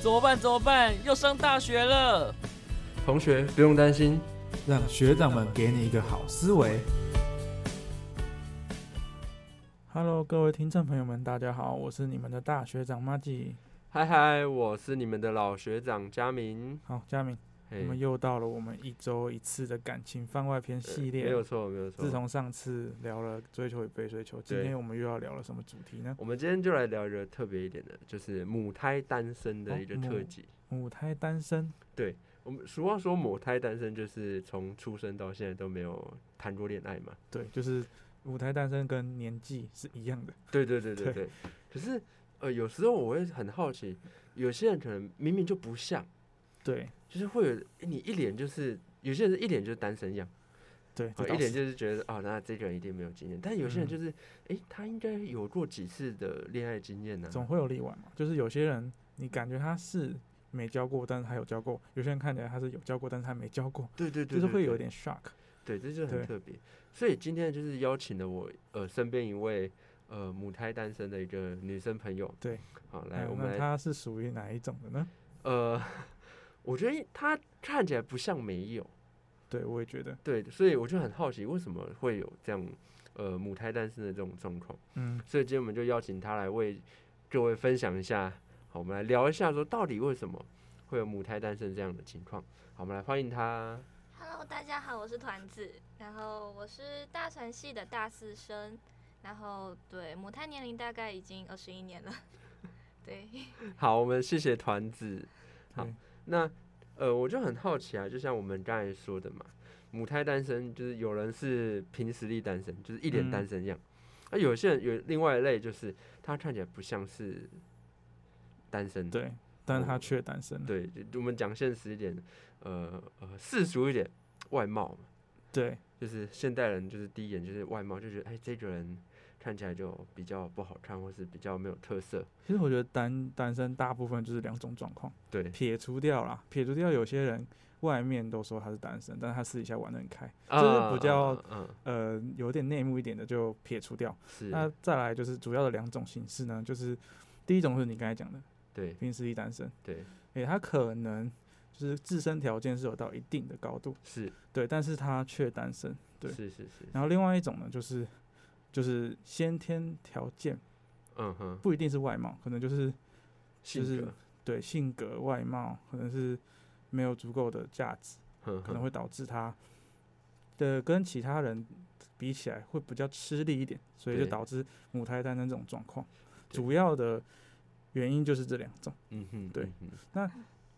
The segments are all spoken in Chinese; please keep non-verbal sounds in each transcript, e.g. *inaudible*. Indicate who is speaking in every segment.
Speaker 1: 怎么办？怎么办？要上大学了！
Speaker 2: 同学不用担心，
Speaker 3: 让学长们给你一个好思维。
Speaker 4: Hello，各位听众朋友们，大家好，我是你们的大学长马季。
Speaker 2: 嗨嗨，我是你们的老学长佳明。
Speaker 4: 好，佳明，
Speaker 2: 嘿
Speaker 4: 我们又到了我们一周一次的感情番外篇系列。啊
Speaker 2: 呃没有错，没有错。
Speaker 4: 自从上次聊了追求与被追求，今
Speaker 2: 对
Speaker 4: 天我们又要聊了什么主题呢？
Speaker 2: 我们今天就来聊一个特别一点的，就是母胎单身的一个
Speaker 4: 哦母
Speaker 2: 特辑。
Speaker 4: 母胎单身，
Speaker 2: 我们俗话说母胎单身，就是从出生到现在都没有谈过恋爱嘛。
Speaker 4: 对，就是母胎单身跟年纪是一样的。
Speaker 2: 对对对对
Speaker 4: 对 *laughs*
Speaker 2: 对。可是呃，有时候我会很好奇，有些人可能明明就不像，
Speaker 4: 对
Speaker 2: 就是会有你一脸就是有些人一脸就是单身样。
Speaker 4: 对，
Speaker 2: 哦
Speaker 4: 这倒
Speaker 2: 一点
Speaker 4: 是
Speaker 2: 就是觉得哦，那这个人一定没有经验。但有些人
Speaker 4: 嗯
Speaker 2: 就是，诶，他应该有过几次的恋爱经验呢、
Speaker 4: 总会有例外嘛。就是有些人你感觉他是没教过，但是他有教过；有些人看起来他是有教过，但是他没教过，
Speaker 2: 对对对，
Speaker 4: 就是
Speaker 2: 对
Speaker 4: 会
Speaker 2: 对
Speaker 4: 有一点 shock。
Speaker 2: 对，这就很
Speaker 4: 对
Speaker 2: 特别。所以今天就是邀请了我呃身边一位呃母胎单身的一个女生朋友。
Speaker 4: 对，
Speaker 2: 好，
Speaker 4: 哎
Speaker 2: 来我们
Speaker 4: 那
Speaker 2: 来
Speaker 4: 他是属于哪一种的呢？
Speaker 2: 呃， *laughs* 我觉得她看起来不像没有，
Speaker 4: 对，我也觉得，
Speaker 2: 对，所以我就很好奇为什么会有这样呃母胎单身的这种状况。
Speaker 4: 嗯，
Speaker 2: 所以今天我们就邀请他来为各位分享一下，好，我们来聊一下说到底为什么会有母胎单身这样的情况。好，我们来欢迎他。
Speaker 5: Hello，大家好，我是团子，然后我是大传系的大四生，然后对母胎年龄大概已经二十一年了，对，
Speaker 2: 好，我们谢谢团子。好
Speaker 4: 对，
Speaker 2: 那呃，我就很好奇啊，就像我们刚才说的嘛，母胎单身就是有人是凭实力单身，就是一脸
Speaker 4: 嗯
Speaker 2: 单身样。那、有些人有另外一类，就是他看起来不像是单身，
Speaker 4: 对，但是
Speaker 2: 我
Speaker 4: 他却单身。
Speaker 2: 对，就我们讲现实一点，呃呃，世俗一点，外貌嘛。
Speaker 4: 对
Speaker 2: 就是现代人就是第一眼就是外貌就觉得，哎，这个人看起来就比较不好看，或是比较没有特色。
Speaker 4: 其实我觉得单单身大部分就是两种状况，
Speaker 2: 对
Speaker 4: 撇除掉啦，撇除掉有些人外面都说他是单身，但是他私底下玩得很开，
Speaker 2: 啊
Speaker 4: 比较
Speaker 2: 嗯嗯，嗯
Speaker 4: 呃，有点内幕一点的就撇除掉。
Speaker 2: 是，
Speaker 4: 那再来就是主要的两种形式呢，就是第一种是你刚才讲的
Speaker 2: 对
Speaker 4: 凭实力单身，
Speaker 2: 对
Speaker 4: 诶、他可能就是自身条件是有到一定的高度，
Speaker 2: 是，
Speaker 4: 对，但是他却单身。对
Speaker 2: 是是是，
Speaker 4: 然后另外一种呢，就是就是先天条件
Speaker 2: 嗯哼，
Speaker 4: 不一定是外貌，可能就是
Speaker 2: 性
Speaker 4: 是
Speaker 2: 格，
Speaker 4: 对性格、外貌可能是没有足够的价值，
Speaker 2: 哼
Speaker 4: 可能
Speaker 2: 嗯哼，
Speaker 4: 会导致他的跟其他人比起来会比较吃力一点，所以就
Speaker 2: 对
Speaker 4: 导致母胎单身这种状况。
Speaker 2: 对
Speaker 4: 主要的原因就是这两种，
Speaker 2: 嗯哼，
Speaker 4: 对
Speaker 2: 嗯哼，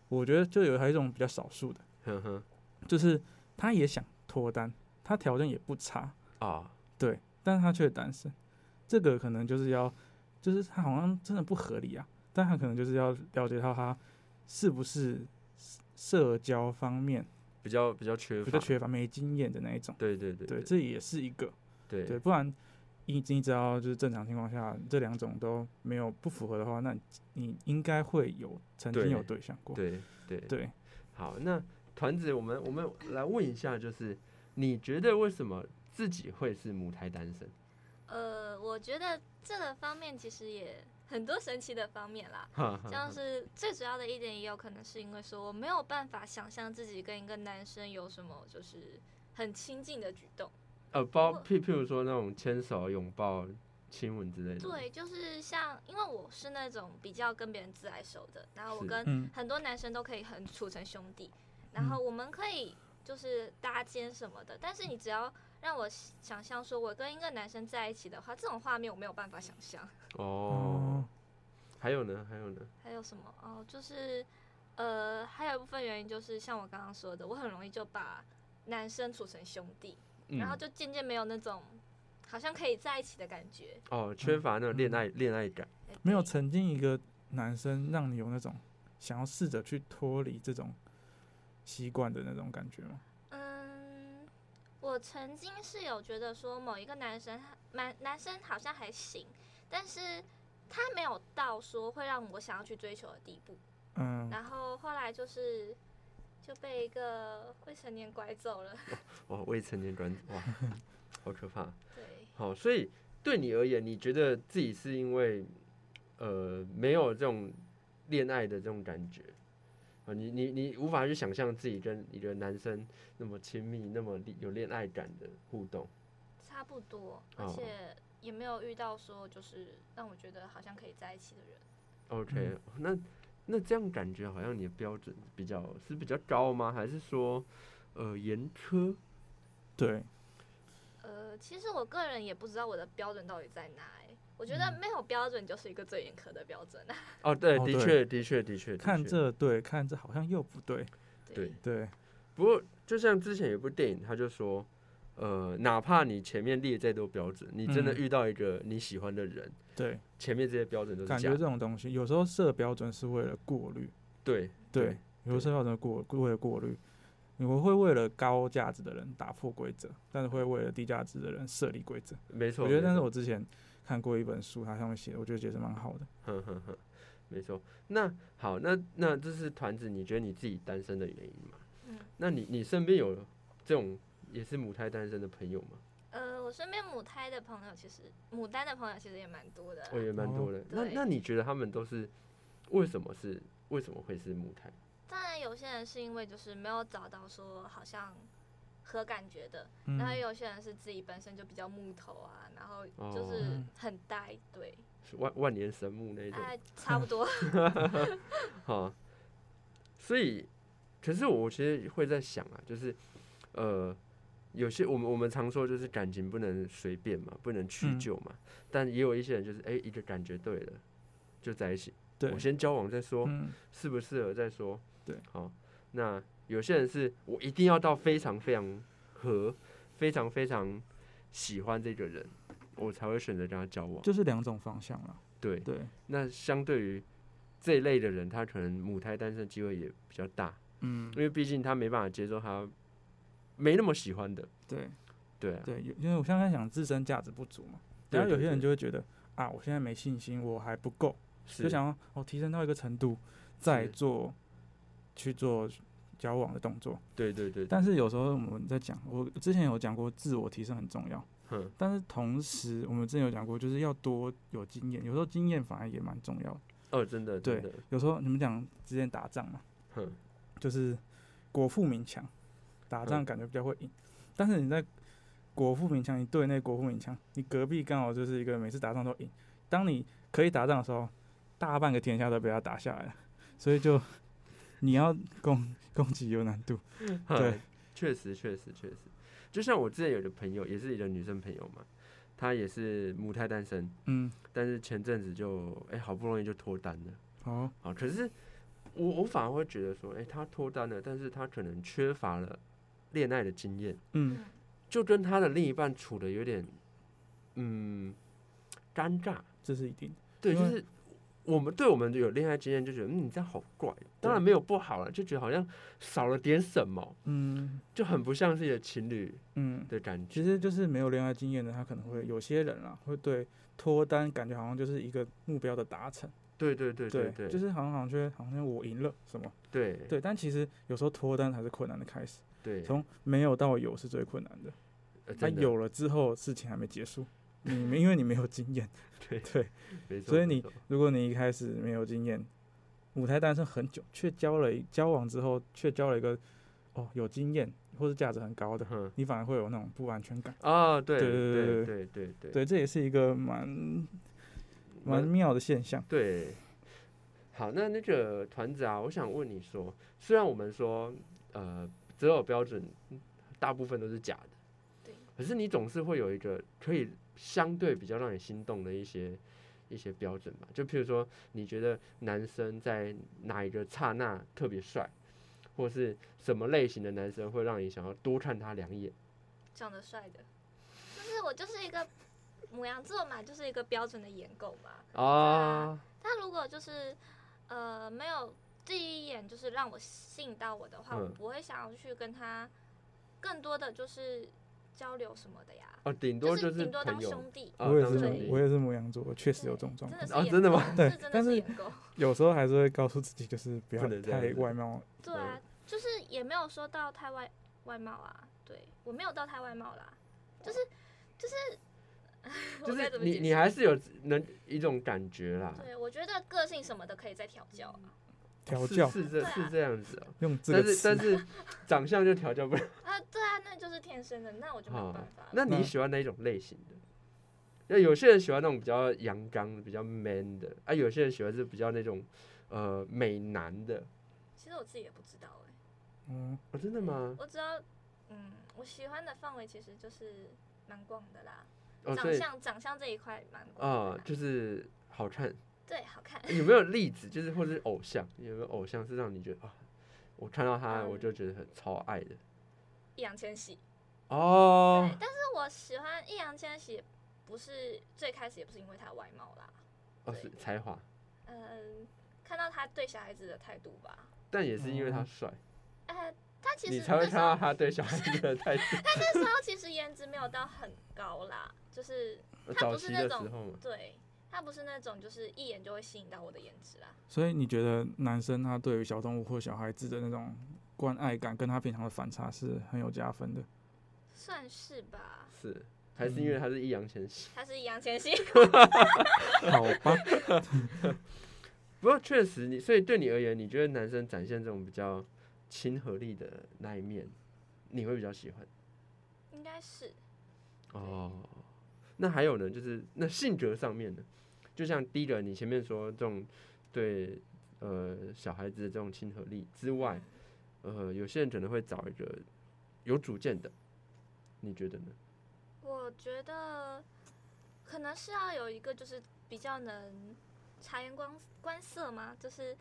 Speaker 4: 我觉得就有还有一种比较少数的，
Speaker 2: 哼嗯哼，
Speaker 4: 就是他也想脱单，他条件也不差，
Speaker 2: 啊，
Speaker 4: 对，但是他却单身，这个可能就是要，就是他好像真的不合理啊，但他可能就是要了解到他是不是社交方面
Speaker 2: 比较比较缺
Speaker 4: 比
Speaker 2: 乏，
Speaker 4: 较缺乏没经验的那一种，
Speaker 2: 对对对
Speaker 4: 对，这也是一个
Speaker 2: 对
Speaker 4: 对，不然你你只要就是正常情况下这两种都没有不符合的话，那你你应该会有曾经
Speaker 2: 对
Speaker 4: 有对象过，
Speaker 2: 对对对，
Speaker 4: 对，
Speaker 2: 好，那团子，我们我们来问一下，就是你觉得为什么自己会是母胎单身？
Speaker 5: 呃，我觉得这个方面其实也很多神奇的方面啦，
Speaker 2: 哈哈
Speaker 5: 像
Speaker 2: 哈
Speaker 5: 是最主要的一点，也有可能是因为说我没有办法想象自己跟一个男生有什么就是很亲近的举动。
Speaker 2: 呃，包
Speaker 5: 我
Speaker 2: 譬譬如说那种牵手、啊拥抱、亲吻之类的。，
Speaker 5: 对，就是像，因为我是那种比较跟别人自来熟的，然后我
Speaker 2: 是
Speaker 5: 跟
Speaker 4: 嗯
Speaker 5: 很多男生都可以很处成兄弟，然后我们可以就是搭肩什么的。但是你只要让我想象说我跟一个男生在一起的话，这种画面我没有办法想象。
Speaker 2: 哦，还有呢，还有呢，
Speaker 5: 还有什么？哦，就是呃，还有一部分原因就是像我刚刚说的，我很容易就把男生处成兄弟，
Speaker 2: 嗯
Speaker 5: 然后就渐渐没有那种好像可以在一起的感觉。
Speaker 2: 哦，缺乏那种恋爱恋爱感。
Speaker 5: 哎
Speaker 4: 没有
Speaker 5: 对
Speaker 4: 曾经一个男生让你有那种想要试着去脱离这种习惯的那种感觉吗？
Speaker 5: 嗯，我曾经是有觉得说某一个男生，男男生好像还行，但是他没有到说会让我想要去追求的地步。
Speaker 4: 嗯，
Speaker 5: 然后后来就是就被一个未成年拐走了。
Speaker 2: 哦，未成年观哇，好可怕。
Speaker 5: 对，
Speaker 2: 好，所以对你而言，你觉得自己是因为呃没有这种恋爱的这种感觉啊，你你你无法去想象自己跟一个男生那么亲密、那么有恋爱感的互动。
Speaker 5: 差不多，而
Speaker 2: 哦
Speaker 5: 且也没有遇到说就是让我觉得好像可以在一起的人。
Speaker 2: OK，、那
Speaker 4: 嗯
Speaker 2: 那这样感觉好像你的标准比较是比较高吗？还是说呃严苛？
Speaker 4: 对，
Speaker 5: 呃，其实我个人也不知道我的标准到底在哪、欸，我觉得没有标准就是一个最严苛的标准啊。
Speaker 2: 哦，对，
Speaker 4: 哦
Speaker 2: 的
Speaker 4: 对
Speaker 2: 确，的确，的确，的
Speaker 4: 看
Speaker 2: 确
Speaker 4: 这对，看这好像又不对，
Speaker 2: 对
Speaker 4: 对，
Speaker 2: 不过，就像之前有部电影，他就说，呃，哪怕你前面列再多标准，你真的
Speaker 4: 嗯
Speaker 2: 遇到一个你喜欢的人，
Speaker 4: 对，
Speaker 2: 前面这些标准都是
Speaker 4: 感
Speaker 2: 假
Speaker 4: 觉这
Speaker 2: 的。
Speaker 4: 种东西有时候设标准是为了过滤，
Speaker 2: 对
Speaker 4: 对，有时候设标准过为了过滤，我会为了高价值的人打破规则，但是会为了低价值的人设立规则。
Speaker 2: 没错。
Speaker 4: 我觉得，
Speaker 2: 没
Speaker 4: 但是
Speaker 2: 错
Speaker 4: 我之前看过一本书，它上面写的，我觉得写的蛮好的。
Speaker 2: 哼哼哼，没错。那好，那那这是团子，你觉得你自己单身的原因吗？
Speaker 5: 嗯，
Speaker 2: 那你你身边有这种也是母胎单身的朋友吗？
Speaker 5: 呃，我身边母胎的朋友其实牡丹的朋友其实也蛮多的啦。啊
Speaker 2: 我也蛮多的。那
Speaker 5: 哦对
Speaker 2: 那你觉得他们都是为什么是为什么会是母胎？
Speaker 5: 当然，有些人是因为就是没有找到说好像和感觉的，
Speaker 4: 嗯
Speaker 5: 然后有些人是自己本身就比较木头啊，然后就是
Speaker 4: 哦
Speaker 5: 很呆，对，
Speaker 2: 是万万年神木那一种？
Speaker 5: 哎、差不多。
Speaker 2: 哈，所以，可是我其实会在想啊，就是，呃，有些我们我们常说就是感情不能随便嘛，不能屈
Speaker 4: 嗯
Speaker 2: 就嘛，但也有一些人就是，哎、一个感觉对了就在一起，
Speaker 4: 对
Speaker 2: 我，先交往再说，
Speaker 4: 嗯，
Speaker 2: 适不适合再说，
Speaker 4: 对，
Speaker 2: 好，那有些人是我一定要到非常非常合，非常非常喜欢这个人，我才会选择跟他交往，
Speaker 4: 就是两种方向啦。
Speaker 2: 对，
Speaker 4: 对，
Speaker 2: 那相对于这一类的人，他可能母胎单身机会也比较大，
Speaker 4: 嗯
Speaker 2: 因，为毕竟他没办法接受他没那么喜欢的，
Speaker 4: 对
Speaker 2: 对啊，
Speaker 4: 对，有因为我刚刚想自身价值不足嘛，
Speaker 2: 对
Speaker 4: 然后有
Speaker 2: 对
Speaker 4: 些人
Speaker 2: 对
Speaker 4: 就会觉得啊，我现在没信心，我还不够，
Speaker 2: 是
Speaker 4: 就想要哦提升到一个程度，再
Speaker 2: 是
Speaker 4: 做去做交往的动作。
Speaker 2: 对对对，
Speaker 4: 但是有时候我们在讲，我之前有讲过，自我提升很重要，
Speaker 2: 哼，
Speaker 4: 但是同时我们之前有讲过，就是要多有经验，有时候经验反而也蛮重要的。
Speaker 2: 哦，真的，
Speaker 4: 对
Speaker 2: 真的，
Speaker 4: 有时候你们讲之前打仗嘛，
Speaker 2: 哼，
Speaker 4: 就是国富民强，打仗
Speaker 2: 嗯
Speaker 4: 感觉比较会赢。但是你在国富民强，你对那国富民强，你隔壁刚好就是一个每次打仗都赢。当你可以打仗的时候，大半个天下都被他打下来了，所以就你要攻攻击有难度。
Speaker 2: 哼
Speaker 4: 对，
Speaker 2: *laughs* 确实确实确实，就像我之前有个朋友，也是一个女生朋友嘛，她也是母胎单身，
Speaker 4: 嗯，
Speaker 2: 但是前阵子就哎、好不容易就脱单了，
Speaker 4: 好，
Speaker 2: 啊，可是我我反而会觉得说，哎、她脱单了，但是她可能缺乏了恋爱的经验。
Speaker 4: 嗯，
Speaker 2: 就跟他的另一半处的有点，嗯，尴尬。
Speaker 4: 这是一定的。
Speaker 2: 对，就
Speaker 4: 因为
Speaker 2: 是我们对我们有恋爱经验，就觉得嗯，你这样好怪。当然没有不好了，就觉得好像少了点什么，
Speaker 4: 嗯
Speaker 2: 就很不像是一个情侣
Speaker 4: 嗯，
Speaker 2: 的感觉。
Speaker 4: 其实就是没有恋爱经验的，他可能会有些人啦，会对脱单感觉好像就是一个目标的达成，
Speaker 2: 对对对对对，
Speaker 4: 就是好像好像觉得好像我赢了什么。
Speaker 2: 对
Speaker 4: 对，但其实有时候脱单才是困难的开始，
Speaker 2: 对，
Speaker 4: 从哎没有到有是最困难的。
Speaker 2: 呃
Speaker 4: 那
Speaker 2: 真的
Speaker 4: 有了之后，事情还没结束，你 *laughs* 没因为你没有经验。
Speaker 2: 对
Speaker 4: 对，
Speaker 2: 没错，
Speaker 4: 所以
Speaker 2: 没
Speaker 4: 你
Speaker 2: 错
Speaker 4: 如果你一开始没有经验，舞台单身很久，却交了一交往之后，却交了一个哦有经验或是价值很高的，
Speaker 2: 哼
Speaker 4: 你反而会有那种不安全感。
Speaker 2: 啊，嗯对
Speaker 4: 对对
Speaker 2: 对对
Speaker 4: 对
Speaker 2: 对对
Speaker 4: 对，这也是一个蛮
Speaker 2: 那
Speaker 4: 蛮妙的现象。
Speaker 2: 对，好，那那个团子啊，我想问你说，虽然我们说，呃，择偶标准大部分都是假的，
Speaker 5: 对，
Speaker 2: 可是你总是会有一个可以相对比较让你心动的一些一些标准吧？就譬如说，你觉得男生在哪一个刹那特别帅，或是什么类型的男生会让你想要多看他两眼？
Speaker 5: 长得帅的，就是我就是一个母羊座嘛，就是一个标准的颜狗嘛。
Speaker 2: 啊，
Speaker 5: 他如果就是呃没有第一眼就是让我吸引到我的话，
Speaker 2: 嗯
Speaker 5: 我不会想要去跟他更多的就是交流什么的呀，
Speaker 2: 哦，顶多就
Speaker 5: 就
Speaker 2: 是是
Speaker 5: 顶多当
Speaker 2: 朋友
Speaker 5: 兄弟。
Speaker 2: 啊，
Speaker 4: 我也
Speaker 2: 当
Speaker 4: 是
Speaker 2: 兄
Speaker 5: 对
Speaker 2: 弟
Speaker 4: 母，我也是母羊座，我确实有这种状
Speaker 5: 真
Speaker 4: 况
Speaker 5: 的。是
Speaker 2: 啊
Speaker 5: 颜
Speaker 2: 真的
Speaker 5: 狗
Speaker 2: 吗
Speaker 4: 对
Speaker 5: 这真的
Speaker 4: 但
Speaker 5: 是
Speaker 4: 是
Speaker 2: *laughs*
Speaker 5: 颜狗。
Speaker 4: 有时候还是会告诉自己，就是不要
Speaker 2: 不能这样
Speaker 4: 太
Speaker 2: 子哦
Speaker 4: 外貌。
Speaker 5: 对啊，就是也没有说到太外外貌啊，对我没有到太外貌啦，就是就是
Speaker 2: 就
Speaker 5: 该
Speaker 2: 是
Speaker 5: 怎么
Speaker 2: 你
Speaker 5: 解
Speaker 2: 你
Speaker 5: 释
Speaker 2: 还是有能一种感觉啦，
Speaker 5: 对，我觉得个性什么的可以再调教啊。
Speaker 4: 调
Speaker 2: 是
Speaker 4: 教
Speaker 2: 是这
Speaker 5: 对啊
Speaker 2: 是这样子哦、
Speaker 4: 用这
Speaker 2: 但
Speaker 4: 个
Speaker 2: 是但
Speaker 4: 词，
Speaker 2: 是长相就调教不了。
Speaker 5: 啊，对啊，那就是天生的，那我就没有
Speaker 2: 哦
Speaker 5: 办法了。
Speaker 2: 那你
Speaker 4: 嗯
Speaker 2: 喜欢哪一种类型的？那有些人喜欢那种比较阳刚的、比较 man 的，啊，有些人喜欢是比较那种呃美男的。
Speaker 5: 其实我自己也不知道哎、
Speaker 4: 嗯，
Speaker 2: 哦，真的吗？
Speaker 5: 我只要嗯，我喜欢的范围其实就是蛮广的啦，
Speaker 2: 哦，所
Speaker 5: 长
Speaker 2: 以
Speaker 5: 相长相这一块蛮广
Speaker 2: 啊、
Speaker 5: 的啦
Speaker 2: 就是好看。
Speaker 5: 对，好看。 *laughs*
Speaker 2: 有没有例子？就是或者是偶像，有没有偶像是让你觉得啊，我看到他
Speaker 5: 嗯
Speaker 2: 我就觉得很超爱的？
Speaker 5: 易烊千玺，
Speaker 2: 哦
Speaker 5: 嗯对，但是我喜欢易烊千玺，不是最开始也不是因为他的外貌啦，
Speaker 2: 哦，是才华，
Speaker 5: 嗯，看到他对小孩子的态度吧，
Speaker 2: 但也是因
Speaker 4: 哦
Speaker 2: 为他帅，
Speaker 5: 呃，他其
Speaker 2: 你
Speaker 5: 实
Speaker 2: 才会
Speaker 5: 那时
Speaker 2: 看到
Speaker 5: 候
Speaker 2: 他对小孩子的态
Speaker 5: *laughs*
Speaker 2: 度。
Speaker 5: 那时候其实颜值没有到很高啦，就是他
Speaker 2: 早
Speaker 5: 不是
Speaker 2: 期
Speaker 5: 那
Speaker 2: 的
Speaker 5: 种
Speaker 2: 时候嘛，
Speaker 5: 对他不是那种就是一眼就会吸引到我的颜值啦。
Speaker 4: 所以你觉得男生他对于小动物或小孩子的那种关爱感，跟他平常的反差是很有加分的。
Speaker 5: 算是吧，
Speaker 2: 是还是因为他是易烊千玺。
Speaker 5: 他是易烊千玺。 *laughs*
Speaker 4: 好吧，
Speaker 2: 不过确实你，所以对你而言，你觉得男生展现这种比较亲和力的那一面，你会比较喜欢
Speaker 5: 应该是
Speaker 2: 哦。那还有呢，就是那性格上面呢，就像第一个你前面说这种对呃小孩子的这种亲和力之外，呃，有些人可能会找一个有主见的，你觉得呢？
Speaker 5: 我觉得可能是要有一个就是比较能察言观观色嘛，就是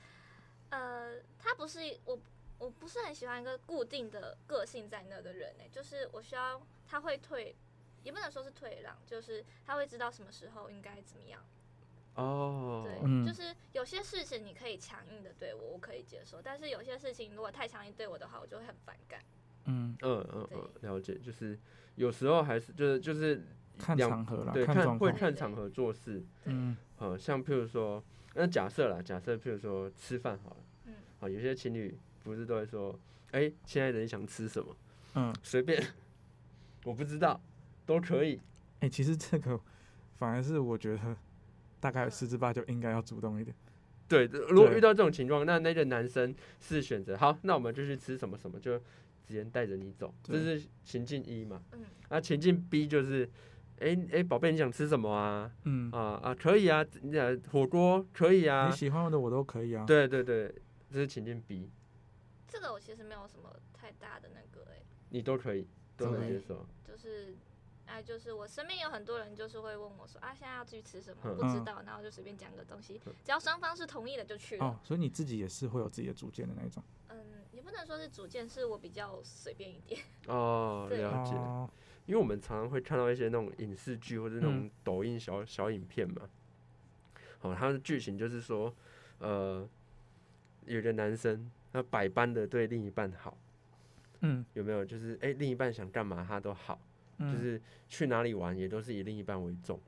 Speaker 5: 呃，他不是我我不是很喜欢一个固定的个性在那的人哎、就是我需要他会退，也不能说是退让，就是他会知道什么时候应该怎么样。
Speaker 2: 哦，
Speaker 5: 对，
Speaker 4: 嗯
Speaker 5: 就是有些事情你可以强硬的对我，我可以接受，但是有些事情如果太强硬对我的话，我就会很反感。
Speaker 4: *laughs* 嗯，
Speaker 2: 嗯嗯嗯，了解，就是有时候还是就是就是
Speaker 4: 看
Speaker 2: 两
Speaker 4: 场合啦，
Speaker 2: 对
Speaker 4: 状
Speaker 2: 看会
Speaker 4: 况。
Speaker 2: 看场合做事。
Speaker 4: 嗯，
Speaker 2: 呃，像譬如说，那假设啦，假设譬如说吃饭好了，
Speaker 5: 嗯
Speaker 2: 啊，有些情侣不是都会说，哎、亲爱的，你想吃什么？
Speaker 4: 嗯，
Speaker 2: 随便， *laughs* 我不知道，都可以。
Speaker 4: 哎、其实这个反而是我觉得大概十之八九应该要主动一点。
Speaker 2: 对，如果
Speaker 4: 对
Speaker 2: 遇到这种情况，那那个男生是选择好，那我们就去吃什么什么，就直接带着你走，这
Speaker 4: 对
Speaker 2: 是情境一嘛。
Speaker 5: 嗯，
Speaker 2: 那情境 B 就是，哎、哎，宝、贝，你想吃什么啊？
Speaker 4: 嗯，
Speaker 2: 啊啊，可以啊，你想火锅可以啊
Speaker 4: 你。喜欢的我都可以啊。
Speaker 2: 对对对，这是情境 B，
Speaker 5: 这个我其实没有什么太大的那个哎、
Speaker 2: 你都可以，都能接受。
Speaker 5: 就是哎，就是我身边有很多人就是会问我说啊，现在要去吃什么？
Speaker 2: 嗯
Speaker 5: 不知道，然后就随便讲个东西，只要双方是同意的就去
Speaker 4: 哦
Speaker 5: 了。，
Speaker 4: 所以你自己也是会有自己的主见的那一种。
Speaker 5: 嗯，也不能说是主见，是我比较随便一点。 *laughs*
Speaker 2: 哦，
Speaker 5: 对
Speaker 2: 了解。
Speaker 4: 哦，
Speaker 2: 因为我们常常会看到一些那种影视剧或者那种
Speaker 4: 嗯
Speaker 2: 抖音小小影片嘛，哦，它的剧情就是说，呃，有个男生他百般的对另一半好，
Speaker 4: 嗯，
Speaker 2: 有没有？就是哎、另一半想干嘛他都好，
Speaker 4: 嗯
Speaker 2: 就是去哪里玩也都是以另一半为重。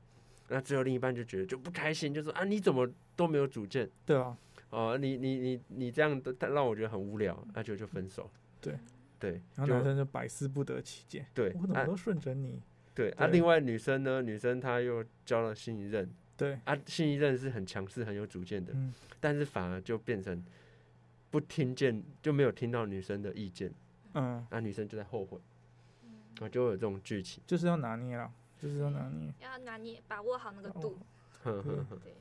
Speaker 2: 那只有另一半就觉得就不开心，就说啊你怎么都没有主见
Speaker 4: 对啊，
Speaker 2: 哦，你你你你这样的让我觉得很无聊，那就就分手。
Speaker 4: 嗯对
Speaker 2: 对，
Speaker 4: 然后
Speaker 2: 就
Speaker 4: 男生就百思不得其解，
Speaker 2: 对
Speaker 4: 我怎
Speaker 2: 啊
Speaker 4: 么都顺着你。
Speaker 2: 对啊，
Speaker 4: 对
Speaker 2: 另外女生呢，女生她又交了新一任，
Speaker 4: 对，
Speaker 2: 啊，新一任是很强势、很有主见的，
Speaker 4: 嗯
Speaker 2: 但是反而就变成不听见，就没有听到女生的意见，
Speaker 4: 嗯，
Speaker 2: 啊，女生就在后悔，啊，就会有这种剧情，
Speaker 4: 就是要拿捏啦，就是要拿捏。
Speaker 5: 要拿捏把握好那个度，
Speaker 2: 呵
Speaker 4: 哦
Speaker 2: 呵呵，
Speaker 5: 对，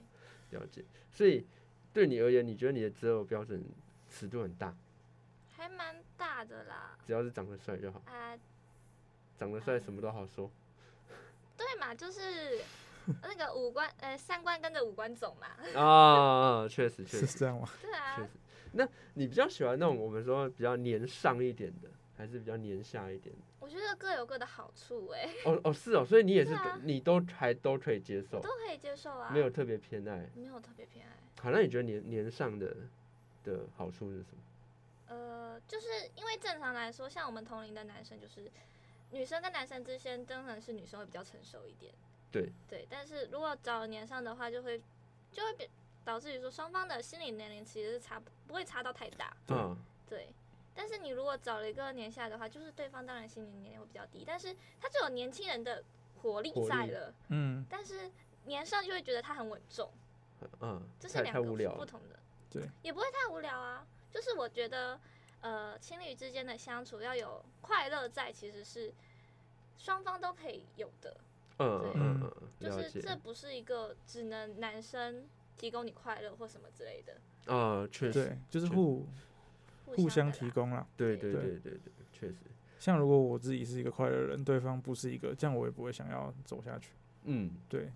Speaker 2: 了解。所以对你而言，你觉得你的择偶标准尺度很大，
Speaker 5: 还蛮大的啦。
Speaker 2: 只要是长得帅就好，
Speaker 5: 啊、
Speaker 2: 长得帅什么都好说。
Speaker 5: 对嘛，就是那个五官，呃，三观跟着五官走嘛。 *laughs*
Speaker 2: 啊，确实确
Speaker 4: 是
Speaker 2: 实，
Speaker 4: 这样吗？
Speaker 5: 对啊
Speaker 2: 确，实。那你比较喜欢那种我们说比较年上一点的，还是比较年下一点的？
Speaker 5: 我觉得各有各的好处、哎，
Speaker 2: 哦哦，是哦，所以你也是
Speaker 5: 对啊
Speaker 2: 你都还都可以接受，
Speaker 5: 都可以接受啊。
Speaker 2: 没有特别偏爱。
Speaker 5: 没有特别偏爱，
Speaker 2: 好，那你觉得年年上的的好处是什么？
Speaker 5: 呃，就是因为正常来说，像我们同龄的男生，就是女生跟男生之间，当然是女生会比较成熟一点。
Speaker 2: 对
Speaker 5: 对，但是如果找年上的话，就会就会比导致于说双方的心理年龄其实是差不不会差到太大。
Speaker 4: 对
Speaker 2: 嗯，
Speaker 5: 对。但是你如果找了一个年下的话，就是对方当然心理年龄会比较低，但是他就有年轻人的活力
Speaker 2: 活
Speaker 5: 在
Speaker 2: 力
Speaker 5: 了，
Speaker 4: 嗯，
Speaker 5: 但是年少就会觉得它很稳重，
Speaker 2: 嗯，
Speaker 5: 这是
Speaker 2: 太
Speaker 5: 两
Speaker 2: 太
Speaker 5: 个
Speaker 2: 无
Speaker 5: 不
Speaker 2: 聊
Speaker 5: 不
Speaker 2: 了，
Speaker 5: 同的，
Speaker 4: 对，
Speaker 5: 也不会太无聊啊。就是我觉得，呃，情侣之间的相处要有快乐在，其实是双方都可以有的，
Speaker 2: 嗯嗯嗯嗯嗯，
Speaker 5: 就
Speaker 2: 了
Speaker 5: 是
Speaker 2: 解
Speaker 5: 这，不是一个只能男生提供你快乐或什么之类的，
Speaker 2: 啊，确实，
Speaker 4: 对，就是
Speaker 2: 确
Speaker 4: 互互
Speaker 5: 相
Speaker 4: 相
Speaker 5: 的
Speaker 4: 提
Speaker 5: 啦。
Speaker 4: 供啦。
Speaker 2: 对对
Speaker 5: 对
Speaker 2: 对对对，确实，
Speaker 4: 像如果我自己是一个快乐的人，对方不是一个，这样我也不会想要走下去。
Speaker 2: 嗯，
Speaker 4: 对